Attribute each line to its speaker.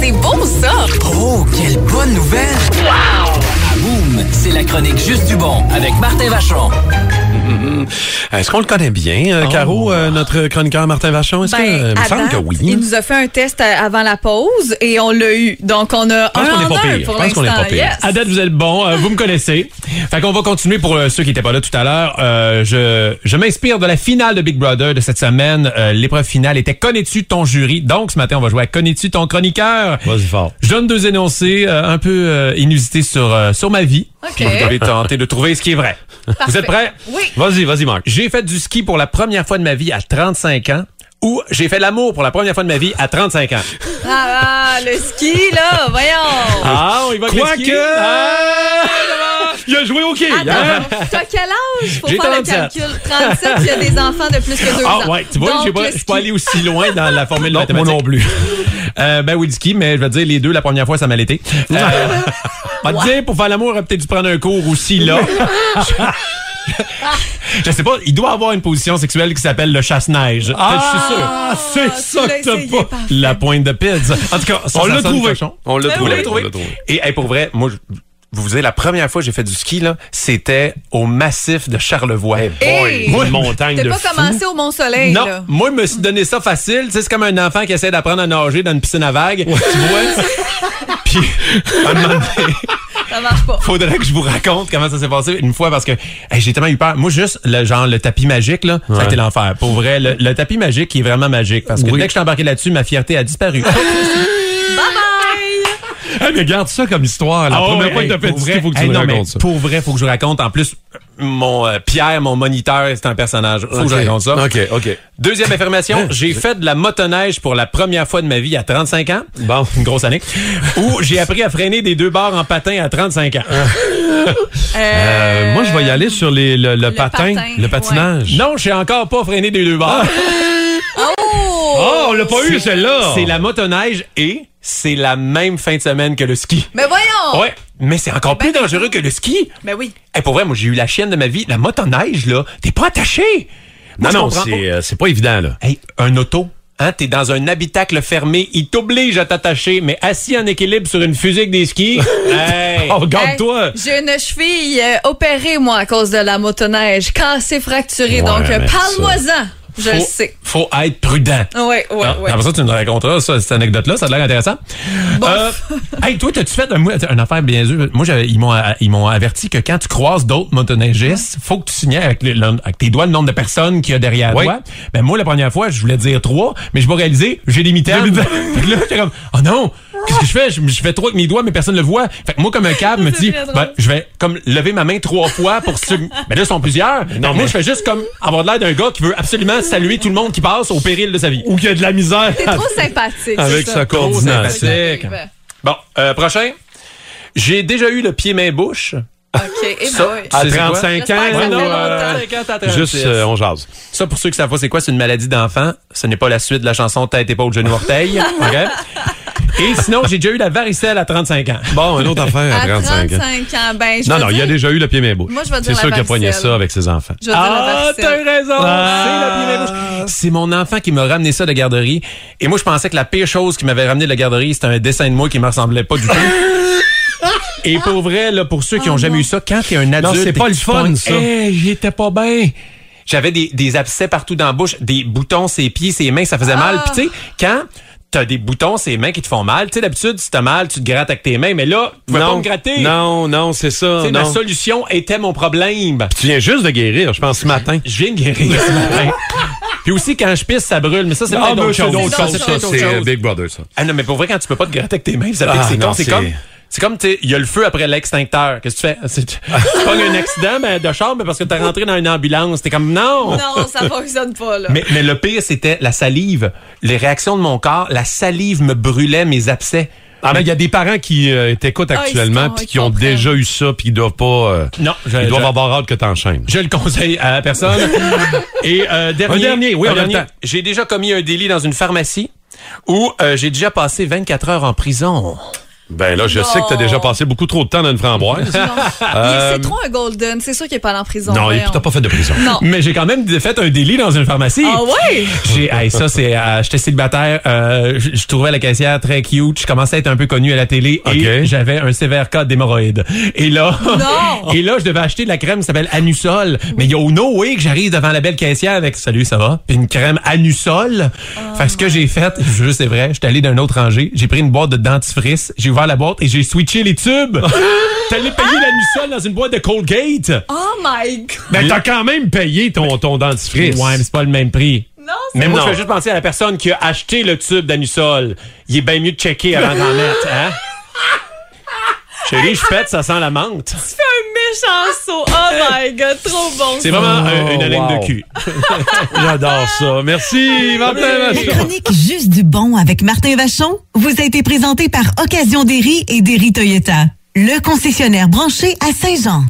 Speaker 1: C'est beau, ça!
Speaker 2: Oh, quelle bonne nouvelle! Wow! Boum! C'est la chronique Juste du Bon avec Martin Vachon.
Speaker 3: Mm -hmm. Est-ce qu'on le connaît bien, euh, Caro, euh, notre chroniqueur Martin Vachon? Est-ce
Speaker 4: Ben,
Speaker 3: que, euh, il me
Speaker 4: à
Speaker 3: semble que
Speaker 4: date,
Speaker 3: oui.
Speaker 4: Il nous a fait un test euh, avant la pause et on l'a eu. Donc, on a
Speaker 3: pense
Speaker 4: un
Speaker 3: qu'on est
Speaker 4: en
Speaker 3: pas
Speaker 4: un
Speaker 3: pire.
Speaker 4: pour
Speaker 3: Je pense qu'on est
Speaker 4: l'instant.
Speaker 3: pas pire.
Speaker 4: Yes.
Speaker 5: À date, vous êtes bon. euh, vous me connaissez. Fait qu'on va continuer pour euh, ceux qui n'étaient pas là tout à l'heure. Euh, je je m'inspire de la finale de Big Brother de cette semaine. Euh, L'épreuve finale était Connais-tu ton jury? Donc, ce matin, on va jouer à Connais-tu ton chroniqueur?
Speaker 3: Vas-y fort.
Speaker 5: Je donne deux énoncés euh, un peu euh, inusités sur, euh, sur ma vie.
Speaker 4: Ok.
Speaker 5: Puis vous devez tenter de trouver ce qui est vrai. Vous êtes prêts?
Speaker 4: Oui.
Speaker 3: Vas-y, vas-y, Marc.
Speaker 5: J'ai fait du ski pour la première fois de ma vie à 35 ans ou j'ai fait l'amour pour la première fois de ma vie à 35 ans.
Speaker 4: Ah, ah, le ski, là, voyons.
Speaker 5: Ah, on y va avec le ski.
Speaker 3: Quoique-
Speaker 5: Ah,
Speaker 3: Il a joué au
Speaker 4: Ah.
Speaker 3: quai!
Speaker 4: Attends, t'as quel âge? Faut
Speaker 5: J'ai
Speaker 4: faire le
Speaker 5: 37.
Speaker 4: calcul. 37, il y a des enfants de plus que deux ans.
Speaker 5: Ah ouais, tu vois,
Speaker 4: Donc,
Speaker 5: j'ai pas-
Speaker 4: le
Speaker 5: je suis pas
Speaker 4: ski.
Speaker 5: allé aussi loin dans la formule
Speaker 3: Non,
Speaker 5: mathématique.
Speaker 3: moi non plus.
Speaker 5: Euh, ben oui, le ski, mais je vais te dire, les deux, la première fois, ça m'a l'été. Euh, on va te dire, pour faire l'amour, aurait peut-être dû prendre un cours aussi là. Je- Je sais pas, il doit avoir une position sexuelle qui s'appelle le chasse-neige.
Speaker 3: Ah,
Speaker 5: je suis sûr.
Speaker 4: tu l'as essayé, parfait.
Speaker 5: La pointe de pizza. En tout cas, ça,
Speaker 3: On
Speaker 5: ça
Speaker 3: l'a
Speaker 5: sonne
Speaker 3: trouvé.
Speaker 5: cochon.
Speaker 3: On l'a
Speaker 5: Ben
Speaker 3: trouvé.
Speaker 5: oui.
Speaker 3: On l'a trouvé.
Speaker 5: Et hey, pour vrai, moi, je, vous vous dire, la première fois que j'ai fait du ski, là, c'était au massif de Charlevoix.
Speaker 3: Eh
Speaker 4: Hey!
Speaker 3: Moi, une montagne
Speaker 4: T'as
Speaker 3: de
Speaker 4: pas
Speaker 3: fou.
Speaker 4: commencé au Mont-Soleil,
Speaker 5: Non,
Speaker 4: là.
Speaker 5: moi, je me suis donné ça facile. Tu sais, c'est comme un enfant qui essaie d'apprendre à nager dans une piscine à vagues. Tu vois? Puis, à un moment donné,
Speaker 4: Ça marche pas.
Speaker 5: faudrait que je vous raconte comment ça s'est passé une fois parce que hey, j'ai tellement eu peur. Moi, juste, le, genre, le tapis magique, là, ça a été l'enfer. Pour vrai, le, le tapis magique qui est vraiment magique parce que
Speaker 3: Oui.
Speaker 5: dès que je suis embarqué là-dessus, ma fierté a disparu.
Speaker 3: Ah,
Speaker 4: Bye-bye!
Speaker 3: Hey, mais garde ça comme histoire. La
Speaker 5: Ah
Speaker 3: première
Speaker 5: ouais,
Speaker 3: fois que t'as
Speaker 5: hey,
Speaker 3: fait
Speaker 5: pour
Speaker 3: du
Speaker 5: vrai,
Speaker 3: ski, faut que tu
Speaker 5: hey,
Speaker 3: me
Speaker 5: non,
Speaker 3: racontes
Speaker 5: mais
Speaker 3: ça.
Speaker 5: Pour vrai, faut que je vous raconte. En plus, mon euh, Pierre, mon moniteur, c'est un personnage. Faut que je
Speaker 3: Ok.
Speaker 5: raconte ça.
Speaker 3: Ok, ok.
Speaker 5: Deuxième
Speaker 3: Hein,
Speaker 5: affirmation, j'ai fait de la motoneige pour la première fois de ma vie à 35 ans.
Speaker 3: Bon.
Speaker 5: Une grosse année. Où j'ai appris à freiner des deux barres en patin à 35 ans.
Speaker 3: Euh, moi, je vais y aller sur les- le, le
Speaker 4: le
Speaker 3: patin,
Speaker 4: patin,
Speaker 3: le
Speaker 4: ouais.
Speaker 3: patinage.
Speaker 5: Non, j'ai encore pas freiné des deux barres.
Speaker 3: Oh, on l'a pas eu, celle-là.
Speaker 5: C'est la motoneige et c'est la même fin de semaine que le ski.
Speaker 4: Mais voyons!
Speaker 5: Ouais, mais c'est encore plus dangereux que le ski.
Speaker 4: Oh. Ben oui.
Speaker 5: Eh, pour vrai, moi, j'ai eu la chienne de ma vie. La motoneige, là, t'es pas attaché.
Speaker 3: Non,
Speaker 5: Moi, je
Speaker 3: non,
Speaker 5: comprends
Speaker 3: c'est euh, c'est pas évident, là.
Speaker 5: Hey, un auto, hein, t'es dans un habitacle fermé, il t'oblige à t'attacher, mais assis en équilibre sur une fusée avec des skis, hey,
Speaker 3: Oh, regarde-toi.
Speaker 4: Hey, J'ai une cheville euh, opérée, moi, à cause de la motoneige. Cassée, fracturée.
Speaker 3: Ouais,
Speaker 4: donc, euh,
Speaker 3: mais
Speaker 4: parle-moi-en. Je le
Speaker 5: faut,
Speaker 4: sais.
Speaker 5: faut être prudent.
Speaker 4: Ouais, ouais,
Speaker 5: Ah,
Speaker 4: ouais.
Speaker 5: Après ça, tu nous raconteras ça, cette anecdote-là, ça a l'air intéressant. Euh, hey, toi, t'as-tu fait un, moi, une affaire bien sûr? Moi, j'avais- ils m'ont, ils m'ont averti que quand tu croises d'autres motoneigistes, faut que tu signales avec, le- le- avec tes doigts le nombre de personnes qu'il y a derrière
Speaker 3: Oui.
Speaker 5: toi. Ben, moi, la première fois, je voulais dire trois, mais je vais réaliser, j'ai des mitaines. Fait que là, j'étais comme, oh non! Qu'est-ce que je fais? Je, je fais trois avec mes doigts, mais personne le voit. Fait que moi, comme un câble, me
Speaker 4: C'est
Speaker 5: dit,
Speaker 4: très drôle.
Speaker 5: ben, je vais comme lever ma main trois fois pour se... Mais là, ils sont plusieurs. Non, moi, je fais juste comme avoir de l'air d'un gars qui veut absolument saluer tout le monde qui passe au péril de sa vie.
Speaker 3: Ou qu'il y a de la misère.
Speaker 4: T'es trop sympathique.
Speaker 3: Avec
Speaker 4: c'est
Speaker 3: sa
Speaker 4: ça.
Speaker 3: coordination.
Speaker 5: sympathique. Bon, euh, prochain. J'ai déjà eu le pied main bouche.
Speaker 4: OK, et
Speaker 5: Ça,
Speaker 4: ben oui.
Speaker 3: À
Speaker 5: C'est quoi?
Speaker 3: 35
Speaker 4: J'espère que ça
Speaker 3: ans,
Speaker 4: fait
Speaker 3: là,
Speaker 4: longtemps.
Speaker 3: juste, euh, on jase.
Speaker 5: Ça, pour ceux qui savent pas c'est quoi, c'est une maladie d'enfant. Ce n'est pas la suite de la chanson Tête, épaule, genou, orteil. OK? Et sinon, j'ai déjà eu la varicelle à 35 ans.
Speaker 3: Bon, une autre affaire
Speaker 4: À
Speaker 3: à 35 ans.
Speaker 4: 35 ans, ben, je
Speaker 3: Non,
Speaker 4: veux
Speaker 3: non, il a
Speaker 4: dire-
Speaker 3: déjà eu le pied main bouche.
Speaker 4: Moi, je vais dire
Speaker 3: C'est
Speaker 4: la
Speaker 3: sûr qu'il a poigné
Speaker 4: varicelle.
Speaker 3: ça avec ses enfants.
Speaker 4: Je veux dire la varicelle.
Speaker 5: Ah, raison!
Speaker 3: Ah.
Speaker 5: C'est la pire erreur. C'est mon enfant qui m'a ramené ça de garderie. Et moi, je pensais que la pire chose qui m'avait ramené de la garderie, c'était un dessin de moi qui me ressemblait pas du tout. Et pour vrai, là, pour ceux qui ont jamais eu ça, quand t'es un adulte...
Speaker 3: Ah, c'est
Speaker 5: et
Speaker 3: pas
Speaker 5: que
Speaker 3: le
Speaker 5: tu
Speaker 3: fun,
Speaker 5: pognes-
Speaker 3: ça.
Speaker 5: Hey, j'étais pas bien. J'avais des, des abcès partout dans la bouche, des boutons, ses pieds, ses mains, ça faisait mal.
Speaker 3: Ah.
Speaker 5: Puis tu sais, quand t'as des boutons, ses mains qui te font mal, tu sais, d'habitude, si t'as mal, tu te grattes avec tes mains, mais là, tu pouvais pas me gratter.
Speaker 3: non, non, c'est ça.
Speaker 5: Tu sais, ma
Speaker 3: non.
Speaker 5: solution était mon problème.
Speaker 3: Tu viens juste de guérir, je pense, ce matin.
Speaker 5: Je viens de guérir ce matin. Puis aussi, quand je pisse, ça brûle, mais ça, Ah, ben, c'est peut-être
Speaker 3: mais
Speaker 5: d'autres
Speaker 3: c'est d'autres
Speaker 5: choses.
Speaker 4: choses.
Speaker 5: peut-être
Speaker 4: Ça,
Speaker 5: autre
Speaker 3: euh,
Speaker 5: chose.
Speaker 3: Big Brother, ça.
Speaker 5: Ah non, mais pour vrai, quand tu peux pas te gratter avec tes mains, vous savez
Speaker 3: Ah,
Speaker 5: que c'est
Speaker 3: non,
Speaker 5: con, c'est
Speaker 3: c'est-
Speaker 5: comme... C'est comme, tu sais, il y a le feu après l'extincteur. Qu'est-ce que tu fais? C'est- Tu tu pognes un accident mais de char, mais parce que t'es rentré dans une ambulance. T'es comme, non!
Speaker 4: Non, ça fonctionne pas, là.
Speaker 5: Mais, mais le pire, c'était la salive. Les réactions de mon corps, la salive me brûlait mes abcès.
Speaker 3: Ah, mais il y a des parents qui euh, t'écoutent
Speaker 4: Ah, ils
Speaker 3: actuellement
Speaker 4: sont-
Speaker 3: puis
Speaker 4: ils
Speaker 3: qui ont
Speaker 4: comprennent.
Speaker 3: déjà eu ça puis qui doivent pas. euh,
Speaker 5: Non, je-
Speaker 3: ils doivent
Speaker 5: je-
Speaker 3: avoir hâte que t'enchaînes.
Speaker 5: Je le conseille à personne. Et euh, dernier,
Speaker 3: Un dernier, oui,
Speaker 5: un
Speaker 3: on a le temps.
Speaker 5: J'ai déjà commis un délit dans une pharmacie où euh, j'ai déjà passé 24 heures en prison.
Speaker 3: Ben là, je sais que t'as
Speaker 4: Non.
Speaker 3: déjà passé beaucoup trop de temps dans une framboise.
Speaker 4: Non. Il- C'est trop un golden. C'est sûr qu'il est pas en prison.
Speaker 3: euh, non, et puis
Speaker 4: voyons.
Speaker 3: t'as pas fait de prison.
Speaker 4: Non.
Speaker 5: Mais j'ai quand même fait un délit dans une pharmacie.
Speaker 4: Ah ouais?
Speaker 5: J'ai, hey, ça, c'est, euh, j'étais célibataire, euh, je je trouvais la caissière très cute, je commençais à être un peu connu à la télé
Speaker 3: Ok.
Speaker 5: et j'avais un sévère cas d'hémorroïdes. Et là,
Speaker 4: Non!
Speaker 5: et là, je devais acheter de la crème qui s'appelle Anusol, mais il y a au no way que j'arrive devant la belle caissière avec salut, ça va, puis une crème Anusol.
Speaker 4: Oh
Speaker 5: Fait que ce que j'ai fait, je c'est vrai, j'étais allé d'un autre rangé, j'ai pris une boîte de dentifrice, j'ai ouvert la boîte et j'ai switché les tubes. T'es allé payer l'Anusol dans une boîte de Colgate.
Speaker 4: Oh my god!
Speaker 3: Ben t'as quand même payé ton, ton dentifrice.
Speaker 5: Hein? Ouais, mais c'est pas le même prix.
Speaker 4: Non,
Speaker 5: Mais
Speaker 4: c'est
Speaker 5: moi,
Speaker 3: Non.
Speaker 5: je fais juste penser à la personne qui a acheté le tube d'Anusol. Il est bien mieux de checker avant d'en mettre, hein? Chérie, je pète, ça sent la menthe.
Speaker 4: tu fais un méchant saut. Oh my god, trop bon.
Speaker 5: C'est vraiment
Speaker 3: Oh,
Speaker 5: un- une haleine
Speaker 3: wow.
Speaker 5: de cul.
Speaker 3: J'adore ça. Merci, Martin
Speaker 1: La
Speaker 3: Vachon.
Speaker 1: chronique Juste du bon avec Martin Vachon vous a été présentée par Occasion Derry et Derry Toyota, le concessionnaire branché à Saint-Jean.